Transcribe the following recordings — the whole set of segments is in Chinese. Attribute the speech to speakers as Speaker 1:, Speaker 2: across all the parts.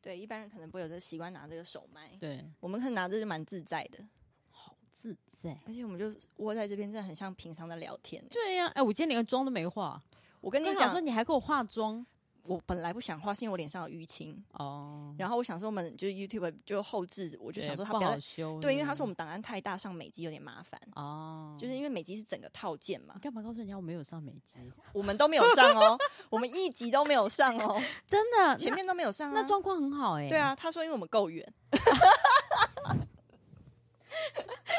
Speaker 1: 对，一般人可能不会有这个习惯拿这个手麦，
Speaker 2: 对，
Speaker 1: 我们可能拿着就蛮自在的，
Speaker 2: 好自在。
Speaker 1: 而且我们就窝在这边，真的很像平常的聊天。欸
Speaker 2: 对呀、哎、我今天连个妆都没化。
Speaker 1: 我跟
Speaker 2: 我
Speaker 1: 你
Speaker 2: 跟你
Speaker 1: 讲
Speaker 2: 讲说，，你还给我化妆
Speaker 1: 我本来不想画，是因为我脸上有淤青，
Speaker 2: 哦。
Speaker 1: 然后我想说我们就是 YouTube 就后置，我就想说
Speaker 2: 对
Speaker 1: 他
Speaker 2: 不
Speaker 1: 不要
Speaker 2: 好
Speaker 1: 再
Speaker 2: 修，
Speaker 1: 对，因为
Speaker 2: 不
Speaker 1: 他说我们档案太大，上美肌有点麻烦，
Speaker 2: 哦，
Speaker 1: 就是因为美肌是整个套件嘛
Speaker 2: 你，干嘛告诉人家我没有上美 肌？
Speaker 1: 我们都没有上哦， 我们一集都没有上 哦，
Speaker 2: 真的，
Speaker 1: 前面都没有上、啊，
Speaker 2: 那那状况很好哎、
Speaker 1: 对，啊，他说因为我们够远，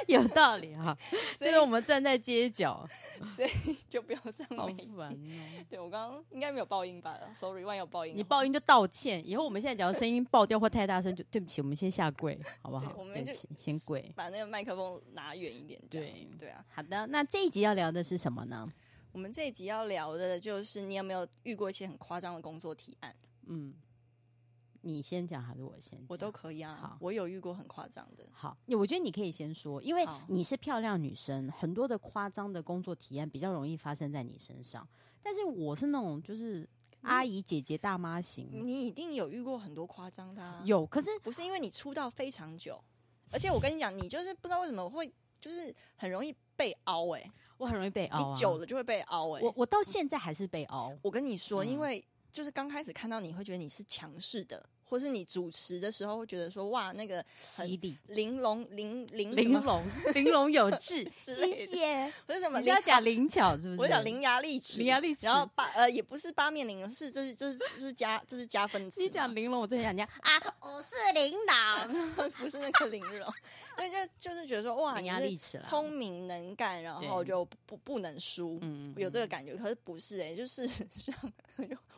Speaker 2: 有道理哈、
Speaker 1: 所
Speaker 2: 所
Speaker 1: 以
Speaker 2: 以我们站在街角，
Speaker 1: 所以就不要上
Speaker 2: 好
Speaker 1: 美
Speaker 2: 烦
Speaker 1: 肌。
Speaker 2: 哦。
Speaker 1: 对我刚刚应该没有爆音吧？Sorry，万一有爆音的话，
Speaker 2: 你爆音就道歉，以后我们现在只要声音爆掉或太大声，就对不起，我们先下跪，好不好？
Speaker 1: 对我们
Speaker 2: 对
Speaker 1: 就
Speaker 2: 不起，先跪。
Speaker 1: 把那个麦克风拿远一点。这样
Speaker 2: 对
Speaker 1: 对啊，
Speaker 2: 好的，那这一集要聊的是什么呢？
Speaker 1: 我们这一集要聊的就是你有没有遇过一些很夸张的工作提案？
Speaker 2: 嗯，你先讲还是我先讲？
Speaker 1: 我都可以啊
Speaker 2: 好，
Speaker 1: 我有遇过很夸张的。
Speaker 2: 好，我觉得你可以先说，因为
Speaker 1: 好
Speaker 2: 你是漂亮女生，很多的夸张的工作体验比较容易发生在你身上。但是我是那种就是阿姨、姐姐、大妈型，
Speaker 1: 你一定有遇过很多夸张的、啊，
Speaker 2: 嗯有，可是
Speaker 1: 不是因为你出道非常久，而且我跟你讲，你就是不知道为什么会就是很容易被凹哎、
Speaker 2: 我很容易被凹、啊。
Speaker 1: 你久了就会被凹哎、
Speaker 2: 我我到现在还是被凹。
Speaker 1: 我跟你说，
Speaker 2: 嗯
Speaker 1: 因为就是刚开始看到你会觉得你是强势的，或是你主持的时候会觉得说哇那个
Speaker 2: 犀 利，
Speaker 1: 玲珑玲玲什
Speaker 2: 玲
Speaker 1: 么，
Speaker 2: 珑，玲珑有致，
Speaker 1: 之类的
Speaker 2: 谢。
Speaker 1: 不是什么
Speaker 2: 你是要
Speaker 1: 伶
Speaker 2: 讲灵巧是不是？
Speaker 1: 我讲伶牙俐齿，
Speaker 2: 伶牙俐齿
Speaker 1: 然后八呃也不是八面玲珑，是这是这是这是加这是加分词嘛。
Speaker 2: 你讲玲珑，我最想讲
Speaker 3: 啊，我是领导，
Speaker 1: 不是那个玲珑，那就就是觉得说哇，
Speaker 2: 伶牙
Speaker 1: 你
Speaker 2: 俐
Speaker 1: 是
Speaker 2: 齿啦。
Speaker 1: 聪明能干，然后
Speaker 2: 对
Speaker 1: 就不不不能输，
Speaker 2: 嗯，嗯
Speaker 1: 有这
Speaker 2: 嗯
Speaker 1: 个感觉。可是不是 哎、欸，就事实上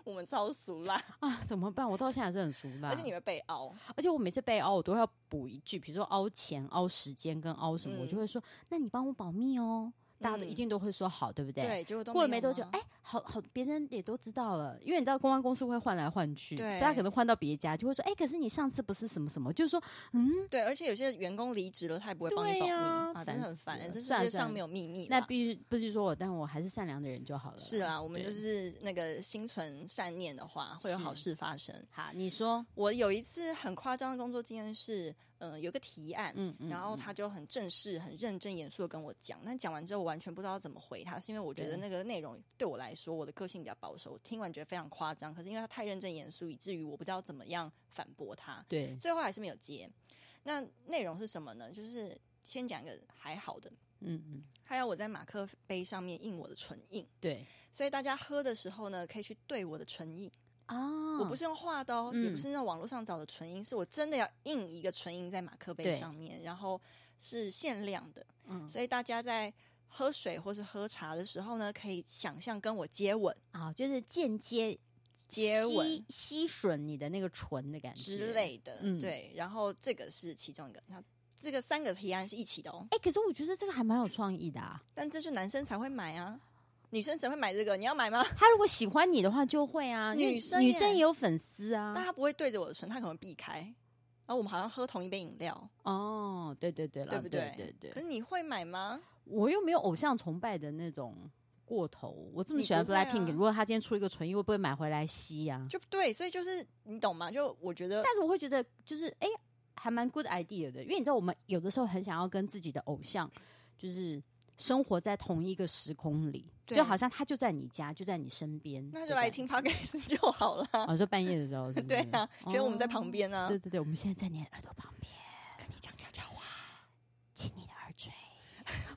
Speaker 1: 我们超俗啦，
Speaker 2: 啊？ 怎么办？我到现在还是很俗辣。
Speaker 1: 而且你会被凹，
Speaker 2: 而且我每次被凹，我都要补一句，比如说凹钱、凹时间跟凹什么，
Speaker 1: 嗯
Speaker 2: 我就会说：“那你帮我保密哦。”大家都
Speaker 1: 嗯
Speaker 2: 一定都会说好，对不对？
Speaker 1: 对，结果都
Speaker 2: 过了
Speaker 1: 没
Speaker 2: 没
Speaker 1: 有
Speaker 2: 多久
Speaker 1: 吗，
Speaker 2: 哎、好好，别人也都知道了，因为你知道公关公司会换来换去，所
Speaker 1: 对
Speaker 2: 以他可能换到别家，就会说：“哎、可是你上次不是什么什么？”就是说，
Speaker 1: 对，而且有些员工离职了，他也不会帮你
Speaker 2: 对
Speaker 1: 保密
Speaker 2: 呀
Speaker 1: 啊，真的很烦
Speaker 2: 烦死，了
Speaker 1: 这世
Speaker 2: 算
Speaker 1: 界
Speaker 2: 了算
Speaker 1: 上
Speaker 2: 了
Speaker 1: 没有秘密啦。
Speaker 2: 那必须不是说我，但我还是善良的人就好了。
Speaker 1: 是啦，我们就
Speaker 2: 对
Speaker 1: 是那个心存善念的话，会有
Speaker 2: 是
Speaker 1: 好事发生。
Speaker 2: 好，你说，
Speaker 1: 我有一次很夸张的工作经验是，嗯、有个提案，
Speaker 2: 嗯，嗯
Speaker 1: 然后
Speaker 2: 嗯
Speaker 1: 他就很正式、很认真、严肃的跟我讲，但讲完之后我完全不知道怎么回他，是因为我觉得
Speaker 2: 对
Speaker 1: 那个内容对我来说，我的个性比较保守，我听完觉得非常夸张，可是因为他太认真严肃，以至于我不知道怎么样反驳他，
Speaker 2: 对，
Speaker 1: 最后还是没有接。那内容是什么呢？就是先讲一个还好的，
Speaker 2: 嗯嗯，
Speaker 1: 还有我在马克杯上面印我的唇印，
Speaker 2: 对
Speaker 1: 所以大家喝的时候呢，可以去对我的唇印。
Speaker 2: 啊
Speaker 1: 我不是用画的哦，也不
Speaker 2: 嗯
Speaker 1: 是那种网络上找的唇印，是我真的要印一个唇印在马克杯
Speaker 2: 对
Speaker 1: 上面，然后是限量的，
Speaker 2: 嗯
Speaker 1: 所以大家在喝水或是喝茶的时候呢，可以想象跟我接吻
Speaker 2: 啊，就是间接
Speaker 1: 接吻
Speaker 2: 吸吸吮你的那个唇的感觉
Speaker 1: 之。类的，
Speaker 2: 嗯
Speaker 1: 对。然后这个是其中一个，那这个三个提案是一起的哦，
Speaker 2: 哎、可是我觉得这个还蛮有创意的啊。
Speaker 1: 但这是男生才会买啊，女生谁会买这个？你要买吗？
Speaker 2: 他如果喜欢你的话，就会啊。因为
Speaker 1: 女生
Speaker 2: 女
Speaker 1: 耶
Speaker 2: 生也有粉丝啊
Speaker 1: 但。他不会对着我的唇，他可能会避开。然后我们好像喝同一杯饮料，
Speaker 2: 哦，对对对了，
Speaker 1: 对不
Speaker 2: 对？
Speaker 1: 对
Speaker 2: 对
Speaker 1: 可
Speaker 2: 对
Speaker 1: 是你会买吗？
Speaker 2: 我又没有偶像崇拜的那种过头。我这么
Speaker 1: 你
Speaker 2: 喜欢
Speaker 1: 不会啊
Speaker 2: BLACKPINK，、如果他今天出一个唇印，我不会买回来吸啊。
Speaker 1: 就对，所以就是你懂吗？就我觉得
Speaker 2: 但是我会觉得，就是哎、诶还蛮 good idea 的，因为你知道，我们有的时候很想要跟自己的偶像，就是生活在同一个时空里，
Speaker 1: 对
Speaker 2: 就好像他就在你家，就在你身边，
Speaker 1: 那
Speaker 2: 对
Speaker 1: 就
Speaker 2: 吧
Speaker 1: 来听 podcast 就好了。
Speaker 2: 哦，说半夜的时候是不 是，
Speaker 1: 对啊，觉得我们在旁
Speaker 2: 哦、
Speaker 1: 边啊，
Speaker 2: 对对对，我们现在在你的耳朵旁边，
Speaker 1: 跟你讲悄悄话，
Speaker 2: 亲你的耳垂，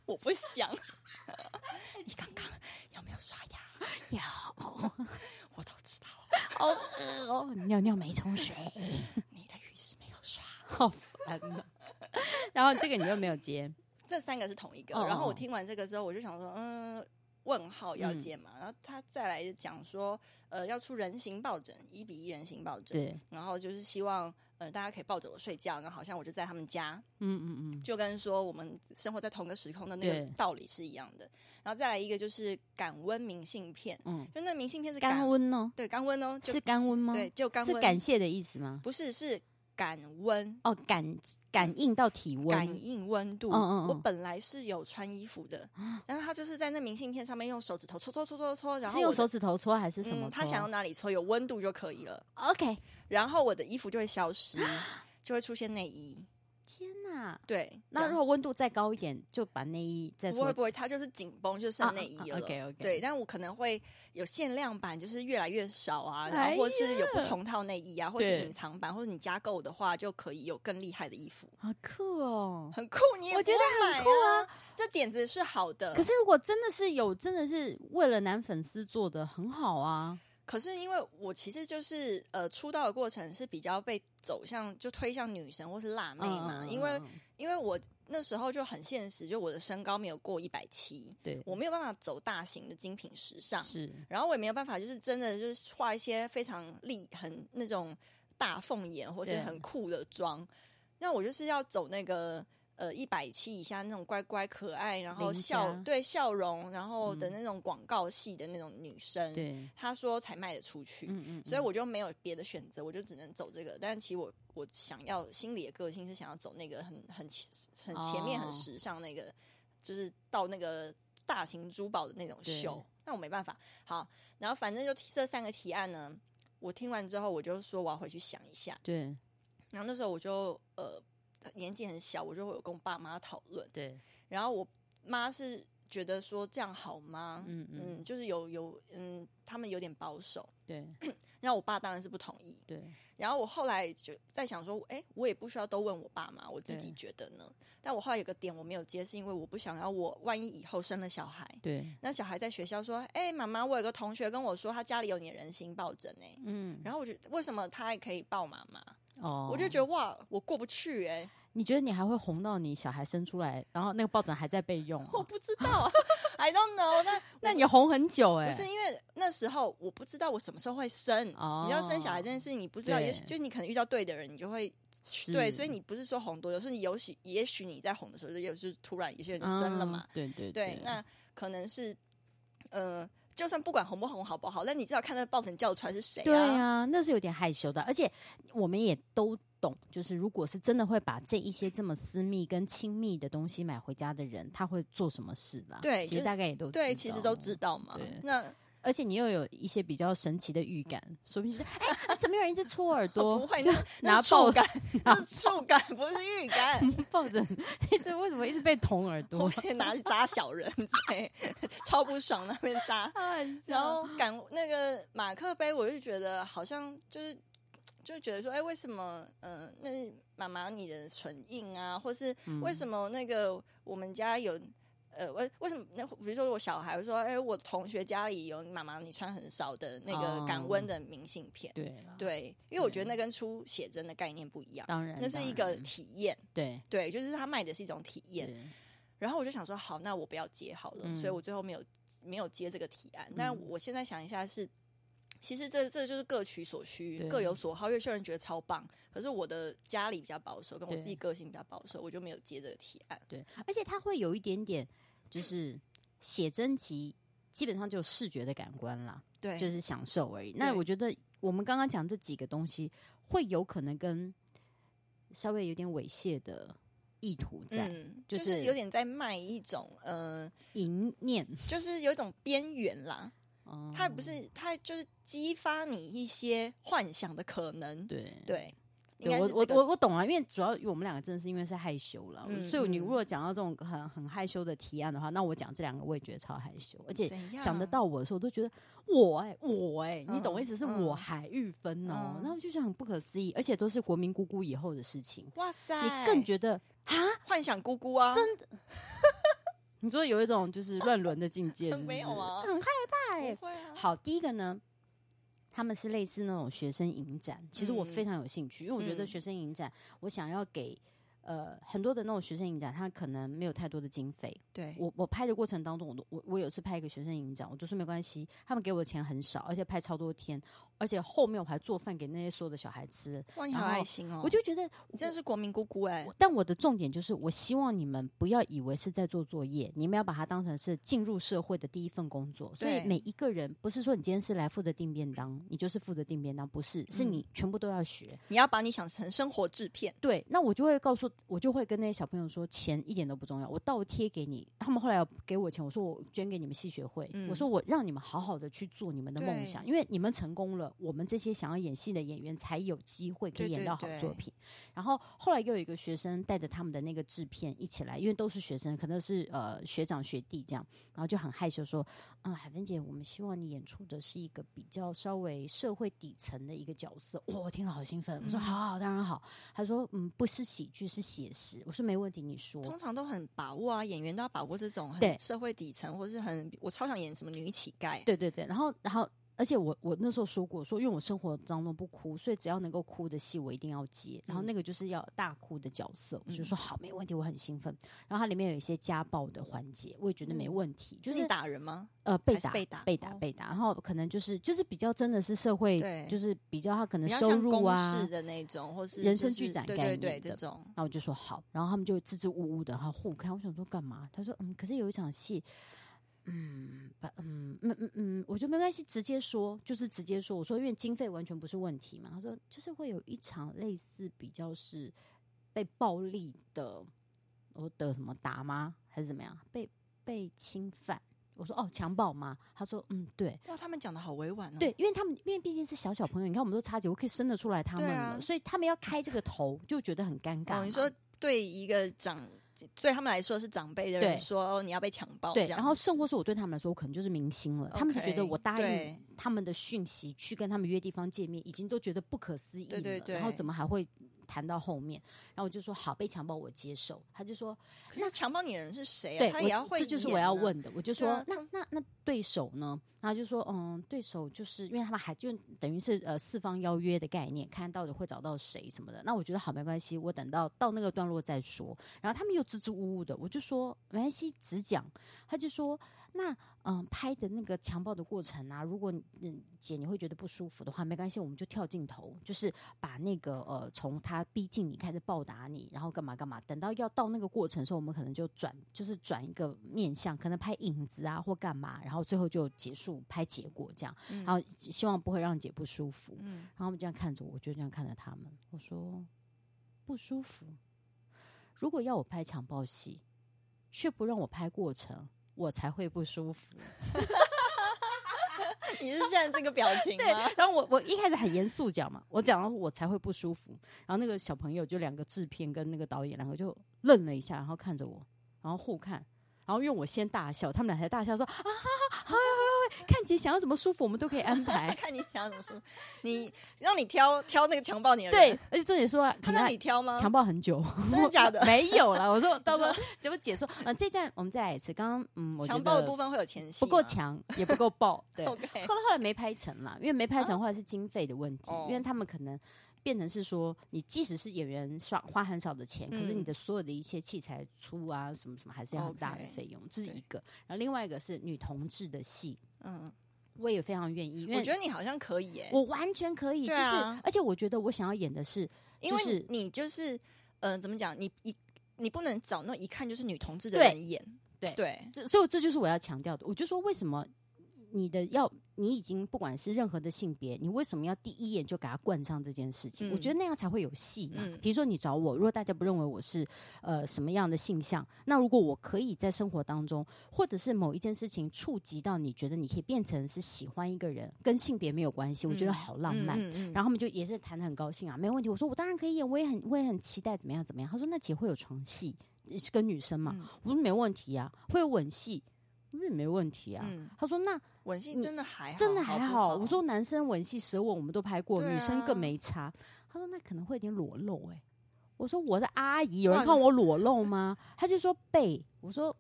Speaker 1: 我不想。 你刚刚有没有刷牙？
Speaker 2: 有，
Speaker 1: 我都知道，
Speaker 2: 好恶哦，尿尿没冲水，
Speaker 1: 你的浴室没有刷。
Speaker 2: 好烦哦。然后这个你又没有 接，
Speaker 1: 这三个是同一个。
Speaker 2: 哦
Speaker 1: 然后我
Speaker 2: 哦
Speaker 1: 听完这个之后，我就想说，嗯，问号要解嘛。然后他再来讲说，呃，要出人形抱枕，一比一人形抱枕。
Speaker 2: 对，
Speaker 1: 然后就是希望，呃，大家可以抱着我睡觉，然后好像我就在他们家。
Speaker 2: 嗯嗯嗯，
Speaker 1: 就跟说我们生活在同个时空的那个
Speaker 2: 对
Speaker 1: 道理是一样的。然后再来一个就是感温明信片，
Speaker 2: 嗯，
Speaker 1: 就那明信片是
Speaker 2: 干温哦，
Speaker 1: 对干温哦，就是
Speaker 2: 干温吗？
Speaker 1: 对，就干温
Speaker 2: 是感谢的意思吗？
Speaker 1: 不是是感温。
Speaker 2: 哦，感感应到体温，
Speaker 1: 感应温度，
Speaker 2: 嗯嗯嗯啊
Speaker 1: 我本来是有穿衣服的，但是他就是在那明信片上面用手指头搓搓搓搓搓，然后
Speaker 2: 是用
Speaker 1: 我的
Speaker 2: 手指头搓还是什么搓？啊
Speaker 1: 嗯，他想要哪里搓有温度就可以了，
Speaker 2: OK，
Speaker 1: 然后我的衣服就会消失，就会出现内衣。
Speaker 2: 天哪！
Speaker 1: 对，
Speaker 2: 啊那
Speaker 1: 然
Speaker 2: 如
Speaker 1: 后
Speaker 2: 果温度再高一点，就把内衣再啊
Speaker 1: 不会
Speaker 2: 搓。
Speaker 1: 不会，它就是紧绷，就剩内衣了。
Speaker 2: OK OK，
Speaker 1: 对，，但我可能会有限量版，就是越来越少啊，然
Speaker 2: 哎
Speaker 1: 后或是有不同套内衣啊，或是
Speaker 2: 对
Speaker 1: 隐藏版，或者你加购的话，就可以有更厉害的衣服，
Speaker 2: 好酷哦！
Speaker 1: 很酷。你也
Speaker 2: 我
Speaker 1: 不
Speaker 2: 觉得
Speaker 1: 会
Speaker 2: 很
Speaker 1: 买
Speaker 2: 酷
Speaker 1: 啊，这点子是好的。
Speaker 2: 可是如果真的是有，真的是为了男粉丝做的，很好啊。
Speaker 1: 可是因为我其实就是呃出道的过程是比较被走向就推向女神或是辣妹嘛，
Speaker 2: 嗯
Speaker 1: 因为
Speaker 2: 嗯嗯
Speaker 1: 因为我那时候就很现实，就我的身高没有过一百七，
Speaker 2: 对
Speaker 1: 我没有办法走大型的精品时尚，
Speaker 2: 是
Speaker 1: 然后我也没有办法就是真的就是画一些非常厉很那种大凤眼或是
Speaker 2: 对
Speaker 1: 很酷的妆，那我就是要走那个。呃，一百七以下那种乖乖可爱，然后
Speaker 2: 邻
Speaker 1: 笑
Speaker 2: 家
Speaker 1: 对笑容，然后的
Speaker 2: 嗯
Speaker 1: 那种广告系的那种女生，
Speaker 2: 对，
Speaker 1: 她说才卖得出去。
Speaker 2: 嗯嗯，
Speaker 1: 所以
Speaker 2: 嗯
Speaker 1: 我就没有别的选择，我就只能走这个。但其实我我想要心里的个性是想要走那个很很前很前面、
Speaker 2: 哦
Speaker 1: 很时尚那个，就是到那个大型珠宝的那种
Speaker 2: 对
Speaker 1: 秀。那我没办法。好，然后反正就这三个提案呢，我听完之后我就说我要回去想一下。
Speaker 2: 对
Speaker 1: 然后那时候我就呃年纪很小，我就会有跟我爸妈讨论。
Speaker 2: 对，
Speaker 1: 然后我妈是觉得说这样好吗？
Speaker 2: 嗯嗯
Speaker 1: 嗯，就是有有嗯，他们有点保守。
Speaker 2: 对
Speaker 1: 然后我爸当然是不同意。
Speaker 2: 对，
Speaker 1: 然后我后来就在想说，哎、我也不需要都问我爸妈，我自己
Speaker 2: 对
Speaker 1: 觉得呢。但我后来有个点我没有接，是因为我不想要我万一以后生了小孩，
Speaker 2: 对，
Speaker 1: 那小孩在学校说，哎、妈妈，我有个同学跟我说他家里有你的人形抱枕哎、
Speaker 2: 嗯，
Speaker 1: 然后我就为什么他还可以抱妈妈？
Speaker 2: 哦，
Speaker 1: 我就觉
Speaker 2: 得，
Speaker 1: 得哇，我过不去哎、
Speaker 2: 你觉得你还会红到你小孩生出来，然后那个抱枕还在被用
Speaker 1: 我
Speaker 2: 哦？
Speaker 1: 不知道啊，I don't know 那。
Speaker 2: 那你红很久哎，
Speaker 1: 不是因为那时候我不知道我什么时候会生，
Speaker 2: 哦
Speaker 1: 你知道生小孩这件事情你不知道，
Speaker 2: 对
Speaker 1: 也许就你可能遇到对的人，你就会
Speaker 2: 是
Speaker 1: 对，所以你不是说红多久，是你有许也许你在红的时候，就有时突然有些人就生了嘛
Speaker 2: 嗯，，对对
Speaker 1: 对，那可能是呃，就算不管红不红好不好，但你至少看那抱枕叫出来是谁
Speaker 2: 对
Speaker 1: 啊？
Speaker 2: 啊，那是有点害羞的，而且我们也都懂，就是如果是真的会把这一些这么私密跟亲密的东西买回家的人，他会做什么事啦？
Speaker 1: 对
Speaker 2: 其
Speaker 1: 就
Speaker 2: 实
Speaker 1: 是
Speaker 2: 大概也都
Speaker 1: 对，其实都
Speaker 2: 知
Speaker 1: 知
Speaker 2: 道，
Speaker 1: 道嘛
Speaker 2: 对。
Speaker 1: 那
Speaker 2: 而且你又有一些比较神奇的预感，说不定就哎、啊怎么有人在戳耳朵？
Speaker 1: 嗯 不会，
Speaker 2: 就
Speaker 1: 那那
Speaker 2: 拿
Speaker 1: 是触
Speaker 2: 抱
Speaker 1: 感，那是触感，不是预感。
Speaker 2: 抱 枕，这为什么一直被捅耳
Speaker 1: 后
Speaker 2: 朵？
Speaker 1: 面拿去扎小人，对， 超不爽那边扎。然后
Speaker 2: 嗯
Speaker 1: 赶那个马克杯，我就觉得好像就是就觉得说，哎、为什么？嗯、那妈妈你的唇印啊，或是
Speaker 2: 嗯
Speaker 1: 为什么那个我们家有？呃，为为什么那比如说我小孩说，哎、我同学家里有妈妈你穿很少的那个
Speaker 2: 哦
Speaker 1: 感温的明信片，
Speaker 2: 对啦
Speaker 1: 对，因为我觉得那跟出写真的概念不一样，
Speaker 2: 当然
Speaker 1: 那是
Speaker 2: 当
Speaker 1: 一个
Speaker 2: 然
Speaker 1: 体验，
Speaker 2: 对
Speaker 1: 对，就是他卖的是一种体验，
Speaker 2: 对
Speaker 1: 然后我就想说，好，那我不要接好了，
Speaker 2: 嗯
Speaker 1: 所以我最后没有没有接这个提案。但
Speaker 2: 嗯
Speaker 1: 我现在想一下是，其实这这就是各取所需，
Speaker 2: 对
Speaker 1: 各有所好。有些人觉得超棒，可是我的家里比较保守，跟我
Speaker 2: 对
Speaker 1: 自己个性比较保守，我就没有接这个提案。
Speaker 2: 对，而且它会有一点点，就是写真集基本上就有视觉的感官啦。
Speaker 1: 对，
Speaker 2: 就是享受而已。那
Speaker 1: 对
Speaker 2: 我觉得我们刚刚讲这几个东西，会有可能跟稍微有点猥亵的意图在、
Speaker 1: 嗯，
Speaker 2: 就
Speaker 1: 就是是有点在卖一种，嗯、
Speaker 2: 淫念，
Speaker 1: 就是有一种边缘啦。
Speaker 2: 嗯，
Speaker 1: 它不是，它就是激发你一些幻想的可能。
Speaker 2: 对。
Speaker 1: 对，应
Speaker 2: 对
Speaker 1: 该
Speaker 2: 我
Speaker 1: 是这
Speaker 2: 我
Speaker 1: 个
Speaker 2: 我我懂了，因为主要我们两个真的是因为是害羞了，
Speaker 1: 嗯
Speaker 2: 所以
Speaker 1: 嗯
Speaker 2: 你如果讲到这种很很害羞的提案的话，那我讲这两个我也觉得超害羞，而且
Speaker 1: 怎
Speaker 2: 想得
Speaker 1: 样
Speaker 2: 到我的时候，我都觉得我哎、我哎、你懂我
Speaker 1: 嗯
Speaker 2: 意思是我
Speaker 1: 嗯
Speaker 2: 还玉芬哦，
Speaker 1: 嗯
Speaker 2: 然后就是很不可思议，而且都是国民姑姑以后的事情，
Speaker 1: 哇塞，
Speaker 2: 你更觉得啊，
Speaker 1: 幻想姑姑啊，真的
Speaker 2: 你说有一种就是乱伦的境界是不是
Speaker 1: 没有啊
Speaker 2: 很害怕欸
Speaker 1: 不会啊。
Speaker 2: 好，第一个呢，他们是类似那种学生影展，其实我非
Speaker 1: 嗯
Speaker 2: 常有兴趣，因为我觉得
Speaker 1: 嗯
Speaker 2: 学生影展，我想要给呃很多的那种学生影展，它可能没有太多的经费。
Speaker 1: 对，
Speaker 2: 我我拍的过程当中，我都我我有一次拍一个学生影展，我就说没关系，他们给我的钱很少，而且拍超多天，而且后面我还做饭给那些所有的小孩吃，
Speaker 1: 哇，你好
Speaker 2: 然后
Speaker 1: 爱心哦！
Speaker 2: 我就觉得
Speaker 1: 你真的是国民姑姑哎、
Speaker 2: 我但我的重点就是，我希望你们不要以为是在做作业，你们要把它当成是进入社会的第一份工作。所以
Speaker 1: 对
Speaker 2: 每一个人不是说你今天是来负责订便当，你就是负责订便当，不是，是
Speaker 1: 嗯
Speaker 2: 你全部都要学。
Speaker 1: 你要把你想成生活制片，
Speaker 2: 对，那我就会告诉，我就会跟那些小朋友说，钱一点都不重要，我倒贴给你。他们后来有给我钱，我说我捐给你们系学会，
Speaker 1: 嗯
Speaker 2: 我说我让你们好好的去做你们的梦
Speaker 1: 对
Speaker 2: 想，因为你们成功了，我们这些想要演戏的演员才有机会可
Speaker 1: 对
Speaker 2: 以演
Speaker 1: 对
Speaker 2: 到好作
Speaker 1: 对
Speaker 2: 品。然后后来又有一个学生带着他们的那个制片一起来，因为都是学生，可能是呃学长学弟这样，然后就很害羞说，嗯，海芬姐，我们希望你演出的是一个比较稍微社会底层的一个角色。哇，我听了好兴奋，我
Speaker 1: 嗯
Speaker 2: 说好好，当然好。他说嗯，不是喜剧，是写实。我说没问题，你说。
Speaker 1: 通常都很把握啊，演员都要把握这种
Speaker 2: 对
Speaker 1: 很社会底层，或是很我超想演什么女乞丐，啊
Speaker 2: 对对对，然后然后。而且我我那时候说过，说因为我生活当中不哭，所以只要能够哭的戏我一定要接。
Speaker 1: 嗯
Speaker 2: 然后那个就是要大哭的角色，我就说好，没问题，我很兴奋。然后它里面有一些家暴的环节，我也觉得没
Speaker 1: 嗯
Speaker 2: 问题，就
Speaker 1: 就是是打人吗？
Speaker 2: 呃被
Speaker 1: 还是
Speaker 2: 打
Speaker 1: 被打
Speaker 2: 被打
Speaker 1: 哦
Speaker 2: 被打，然后可能就是就是比较真的是社会
Speaker 1: 对，
Speaker 2: 就是比较他可能
Speaker 1: 比较
Speaker 2: 收
Speaker 1: 像
Speaker 2: 入
Speaker 1: 公
Speaker 2: 啊
Speaker 1: 式，的那种，或是
Speaker 2: 人
Speaker 1: 就
Speaker 2: 生剧
Speaker 1: 是
Speaker 2: 展
Speaker 1: 对
Speaker 2: 概
Speaker 1: 对对，
Speaker 2: 念的
Speaker 1: 这种
Speaker 2: 那我就说好，然后他们就支支吾吾的，然后互看。我想说干嘛？他说嗯，可是有一场戏，嗯，把嗯嗯嗯嗯，我觉得没关系，直接说，就是直接说。我说因为经费完全不是问题嘛。他说就是会有一场类似比较是被暴力的，我的什么打吗？还是怎么样？被被侵犯？我说哦，强暴吗？他说嗯，对。
Speaker 1: 哇，他们讲的好委婉哦，
Speaker 2: 对，因为他们因为毕竟是小小朋友，你看我们都差几，我可以生得出来他
Speaker 1: 对
Speaker 2: 们
Speaker 1: 啊
Speaker 2: 了，所以他们要开这个头就觉得很尴尬嘛、
Speaker 1: 哦，你说对一个长对他们来说是长辈的
Speaker 2: 对
Speaker 1: 人说哦，你要被强暴，
Speaker 2: 对，
Speaker 1: 这样
Speaker 2: 然后甚或是我对他们来说，我可能就是明星了，他们就觉得
Speaker 1: OK，
Speaker 2: 我答应
Speaker 1: 对
Speaker 2: 他们的讯息去跟他们约地方见面，已经都觉得不可思议了，
Speaker 1: 对对
Speaker 2: 然后
Speaker 1: 对
Speaker 2: 怎么还会谈到后面？然后我就说好，被强暴我接受。他就说，
Speaker 1: 可是强暴你的人是谁啊？
Speaker 2: 对，
Speaker 1: 他
Speaker 2: 我
Speaker 1: 也要会、
Speaker 2: 这就是我要。问的。我就说，
Speaker 1: 啊
Speaker 2: 那那那对手呢？然后就说，嗯，对手就是因为他们还就等于是呃四方邀约的概念，看到底会找到谁什么的。那我觉得好没关系，我等到到那个段落再说。然后他们又支支吾吾的，我就说没关系，只讲。他就说，那嗯、拍的那个强暴的过程啊，如果你嗯姐你会觉得不舒服的话，没关系，我们就跳镜头，就是把那个呃从他逼近你开始暴打你，然后干嘛干嘛，等到要到那个过程的时候，我们可能就转就是转一个面向，可能拍影子啊或干嘛，然后最后就结束拍结果这样，
Speaker 1: 嗯
Speaker 2: 然后希望不会让姐不舒服。
Speaker 1: 嗯，
Speaker 2: 然后我们这样看着我，我就这样看着他们，我说不舒服。如果要我拍强暴戏，却不让我拍过程，我才会不舒服。
Speaker 1: 你是现在这个 表情吗？
Speaker 2: 然后我我一开始很严肃讲嘛，我讲了我才会不舒服。然后那个小朋友就两个制片跟那个导演两个就愣了一下，然后看着我，然后互看。然后因为我先大笑，他们俩才大笑说啊，好好好，好看姐想要怎么舒服，我们都可以安排。
Speaker 1: 看你想要怎么说，你让你挑挑那个强暴你的
Speaker 2: 对
Speaker 1: 人，，
Speaker 2: 而且重点说，可
Speaker 1: 他
Speaker 2: 能
Speaker 1: 让你挑吗？
Speaker 2: 强暴很久，
Speaker 1: 真的假的？
Speaker 2: 没有啦，我说到时候
Speaker 1: 你
Speaker 2: 结果姐说，嗯、这段我们再来一次。刚刚嗯，我觉
Speaker 1: 强暴的
Speaker 2: 得
Speaker 1: 部分会啊有前戏，
Speaker 2: 不够。强，也不够 爆，对。后
Speaker 1: OK，
Speaker 2: 来后来没拍成啦，因为没拍成，后来是经费的问题，
Speaker 1: 哦
Speaker 2: 因为他们可能。变成是说，你即使是演员刷花很少的钱，可是
Speaker 1: 嗯
Speaker 2: 你的所有的一切器材出啊，什么什么，还是要很大的
Speaker 1: OK，
Speaker 2: 费用，这是
Speaker 1: 对
Speaker 2: 一个。然后另外一个是女同志的戏，
Speaker 1: 嗯，
Speaker 2: 我也非常愿意，因为
Speaker 1: 我觉得你好像可以耶，
Speaker 2: 我完全可以，就
Speaker 1: 对
Speaker 2: 是
Speaker 1: 啊
Speaker 2: 而且我觉得我想要演的是，
Speaker 1: 因为
Speaker 2: 就是
Speaker 1: 你就是，嗯，怎么讲？你一你不能找那一看就是女同志的
Speaker 2: 对
Speaker 1: 人演，
Speaker 2: 对
Speaker 1: 对，
Speaker 2: 这所以这就是我要强调的。我就说为什么你的要你已经不管是任何的性别，你为什么要第一眼就给他冠上这件事情？
Speaker 1: 嗯
Speaker 2: 我觉得那样才会有戏嘛。
Speaker 1: 嗯
Speaker 2: 比如说你找我，如果大家不认为我是呃什么样的性向，那如果我可以在生活当中，或者是某一件事情触及到你觉得你可以变成是喜欢一个人，跟性别没有关系，我觉得
Speaker 1: 嗯
Speaker 2: 好浪漫。
Speaker 1: 嗯嗯嗯
Speaker 2: 然后他们就也是谈的很高兴啊，没有问题。我说我当然可以演，我也很我也很期待怎么样怎么样。他说那姐会有床戏，呃是跟女生嘛？
Speaker 1: 嗯
Speaker 2: 我说没问题啊，会有吻戏，我说也没问题啊。
Speaker 1: 嗯，
Speaker 2: 他说那
Speaker 1: 吻戏
Speaker 2: 你
Speaker 1: 真的还好
Speaker 2: 真的
Speaker 1: 好
Speaker 2: 还
Speaker 1: 不
Speaker 2: 好。
Speaker 1: 好，
Speaker 2: 我说男生吻戏舌吻我们都拍过，
Speaker 1: 对啊
Speaker 2: 女生更没差。他说那可能会有点裸露哎、我说我的阿姨有人
Speaker 1: 哇
Speaker 2: 看我裸露 吗？他就说被。我说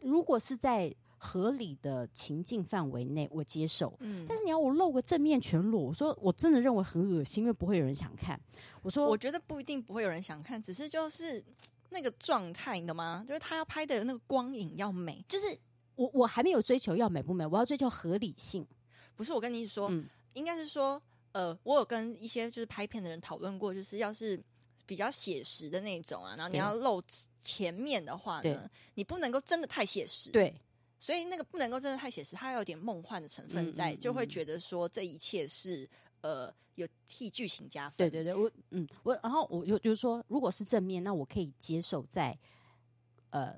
Speaker 2: 如果是在合理的情境范围内，我接受。
Speaker 1: 嗯，
Speaker 2: 但是你要我露个正面全裸，我说我真的认为很恶心，因为不会有人想看。我说
Speaker 1: 我觉得不一定不会有人想看，只是就是那个状态，你懂吗？就是他要拍的那个光影要美，
Speaker 2: 就是我我还没有追求要美不美，我要追求合理性。
Speaker 1: 不是我跟你说，
Speaker 2: 嗯
Speaker 1: 应该是说呃，我有跟一些就是拍片的人讨论过，就是要是比较写实的那种啊，然后你
Speaker 2: 对
Speaker 1: 要露前面的话
Speaker 2: 对
Speaker 1: 呢，你不能够真的太写实，，
Speaker 2: 对，
Speaker 1: 所以那个不能够真的太写实，它有点梦幻的成分
Speaker 2: 嗯
Speaker 1: 在，
Speaker 2: 嗯
Speaker 1: 就会
Speaker 2: 嗯
Speaker 1: 觉得说这一切是呃有替剧情加分，
Speaker 2: 对对对，我嗯，我然后我就就是说，如果是正面，那我可以接受在呃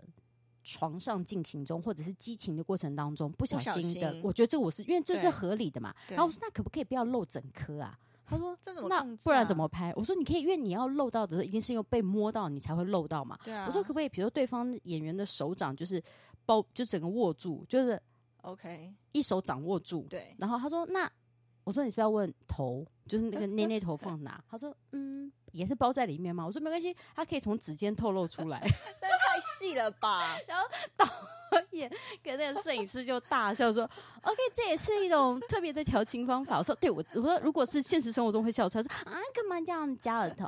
Speaker 2: 床上进行中，或者是激情的过程当中不小
Speaker 1: 小
Speaker 2: 心的，
Speaker 1: 心
Speaker 2: 我觉得这我是因为这是
Speaker 1: 对
Speaker 2: 合理的嘛。
Speaker 1: 对
Speaker 2: 然后我说那可不可以不要露整颗啊？他说
Speaker 1: 这怎么
Speaker 2: 那
Speaker 1: 控制
Speaker 2: 不然
Speaker 1: 啊
Speaker 2: 怎么拍？我说你可以，因为你要露到的时候，一定是用被摸到你才会露到嘛。
Speaker 1: 对啊，
Speaker 2: 我说可不可以，比如说对方演员的手掌就是包，就整个握住，就是
Speaker 1: OK，
Speaker 2: 一手掌握住，
Speaker 1: 对，
Speaker 2: 然后他说：“那我说你是不要问头，就是那个捏捏头放哪？”他说：“嗯，也是包在里面吗？”我说：“没关系，它可以从指尖透露出来。
Speaker 1: 但太细了吧？”
Speaker 2: 也跟那个摄影师就大笑说：“OK，这也是一种特别的调情方法。”我说：“对，我我说如果是现实生活中会笑出来，说啊干嘛这样夹耳头？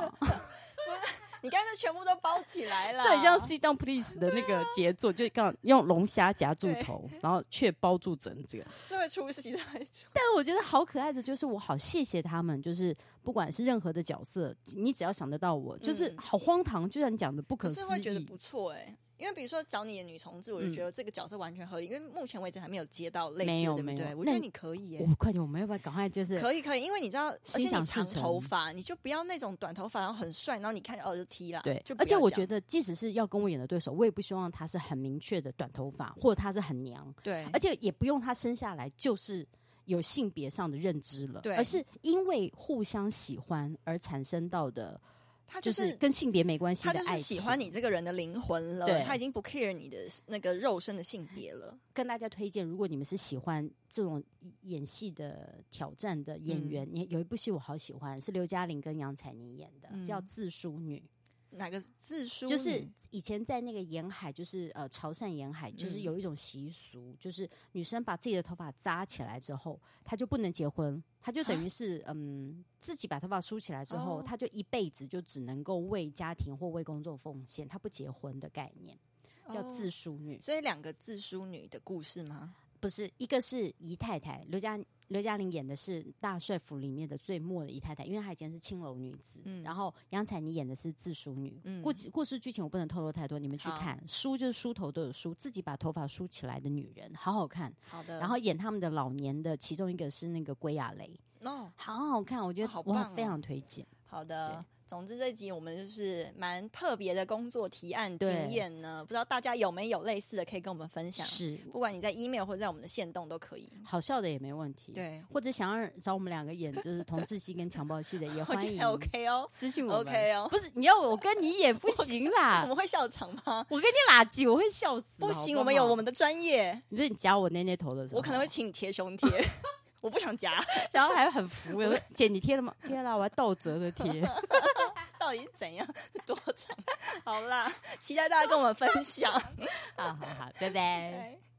Speaker 1: 你干脆全部都包起来了，
Speaker 2: 这很像 sit down please 的那个杰作，就刚用龙虾夹住
Speaker 1: 对
Speaker 2: 头，然后却包住整个。”
Speaker 1: 这会出戏，这会出。
Speaker 2: 但我觉得好可爱的就是，我好谢谢他们，就是不管是任何的角色，你只要想得到我，就是
Speaker 1: 嗯
Speaker 2: 好荒唐，居然讲的不
Speaker 1: 可
Speaker 2: 可思
Speaker 1: 是
Speaker 2: 议。嗯
Speaker 1: 会觉得不错哎、因为比如说找你演女同志，我就觉得这个角色完全合理，因为目前为止还没有接到类似
Speaker 2: 没有
Speaker 1: 的，对
Speaker 2: 没
Speaker 1: 不
Speaker 2: 有
Speaker 1: 对？我觉
Speaker 2: 那
Speaker 1: 得
Speaker 2: 你
Speaker 1: 你可以哎、
Speaker 2: 我快点，我们要不要赶快就是
Speaker 1: 可以啊可以，因为你知道，而
Speaker 2: 心
Speaker 1: 且
Speaker 2: 想
Speaker 1: 你
Speaker 2: 事
Speaker 1: 长
Speaker 2: 成
Speaker 1: 头发，你就不要那种短头发，然后很帅，然后你看哦就踢了，
Speaker 2: 对
Speaker 1: 就？不
Speaker 2: 而且
Speaker 1: 要
Speaker 2: 我
Speaker 1: 这
Speaker 2: 觉
Speaker 1: 样
Speaker 2: 得，即使是要跟我演的对手，我也不希望他是很明确的短头发，或者他是很娘，
Speaker 1: 对，
Speaker 2: 而且也不用他生下来就是。有性别上的认知了，
Speaker 1: 对
Speaker 2: 而是因为互相喜欢而产生到的，
Speaker 1: 他
Speaker 2: 就
Speaker 1: 就是是。
Speaker 2: 跟性别没关系
Speaker 1: 他
Speaker 2: 的
Speaker 1: 就
Speaker 2: 爱
Speaker 1: 是喜
Speaker 2: 情。
Speaker 1: 欢你这个人的灵魂
Speaker 2: 对
Speaker 1: 了，他已经不 care 你的那个肉身的性别了。
Speaker 2: 跟大家推荐，如果你们是喜欢这种演戏的挑战的
Speaker 1: 嗯
Speaker 2: 演员，你有一部戏我好喜欢，是刘嘉玲跟杨采妮演的，
Speaker 1: 嗯
Speaker 2: 叫《自梳女
Speaker 1: 哪个字书》，
Speaker 2: 就是
Speaker 1: 女
Speaker 2: 以前在那个沿海，就是呃潮汕沿海，就是
Speaker 1: 嗯
Speaker 2: 有一种习俗，就是女生把自己的头发扎起来之后，她就不能结婚，她就等于是嗯自己把头发梳起来之后，
Speaker 1: 啊哦
Speaker 2: 她就一辈子就只能够为家庭或为工作奉献，她不结婚的概念叫
Speaker 1: 哦
Speaker 2: 自梳女。
Speaker 1: 所以两个字淑女的故事吗？
Speaker 2: 不是，一个是姨太太，刘嘉刘嘉玲演的是《大帅府》里面的最末的姨太太，因为她以前是青楼女子，
Speaker 1: 嗯
Speaker 2: 然后杨采妮演的是自梳女。
Speaker 1: 嗯
Speaker 2: 故故事剧情我不能透露太多，你们去
Speaker 1: 好
Speaker 2: 看。梳就是梳头都有梳，自己把头发梳起来的女人，好好看。
Speaker 1: 好的，
Speaker 2: 然后演他们的老年的，其中一个是那个归亚蕾，
Speaker 1: 哦，
Speaker 2: 好好看，我觉
Speaker 1: 哦
Speaker 2: 得
Speaker 1: 好
Speaker 2: 我
Speaker 1: 棒
Speaker 2: 非
Speaker 1: 哦
Speaker 2: 常推荐。
Speaker 1: 好的，总之这集我们就是蛮特别的工作提案经验呢，不知道大家有没有类似的可以跟我们分享？
Speaker 2: 是
Speaker 1: 不管你在 email 或者在我们的线动都可以。
Speaker 2: 好笑的也没问题，，
Speaker 1: 对，
Speaker 2: 或者想要找我们两个演就是同志戏跟强暴戏的，也
Speaker 1: 我
Speaker 2: 欢
Speaker 1: 觉
Speaker 2: 迎
Speaker 1: 得 OK 哦，
Speaker 2: 私信我们。
Speaker 1: OK 哦
Speaker 2: 不是你要我跟你演不行啦，
Speaker 1: 我们会笑场吗？
Speaker 2: 我跟你垃圾，我会笑死。
Speaker 1: 不行，
Speaker 2: 好好
Speaker 1: 我们有我。们的专业，
Speaker 2: 你说你夹我捏捏头的时候，
Speaker 1: 我可能会，请你贴胸 贴，我不想夹，
Speaker 2: 然后还很服。我说姐，你贴了吗？贴了，我还倒折的贴。
Speaker 1: 到底是怎样？这多长？好啦，期待大家跟我们分享。
Speaker 2: 好好好，拜拜。
Speaker 1: 对